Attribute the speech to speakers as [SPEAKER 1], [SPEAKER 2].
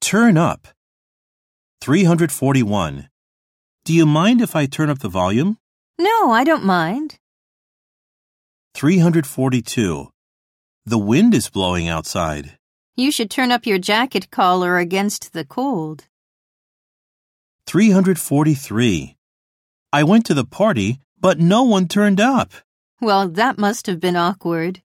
[SPEAKER 1] Turn up. 341. Do you mind if I turn up the volume?
[SPEAKER 2] No, I don't mind.
[SPEAKER 1] 342. The wind is blowing outside.
[SPEAKER 2] You should turn up your jacket collar against the cold.
[SPEAKER 1] 343. I went to the party, but no one turned up.
[SPEAKER 2] Well, that must have been awkward.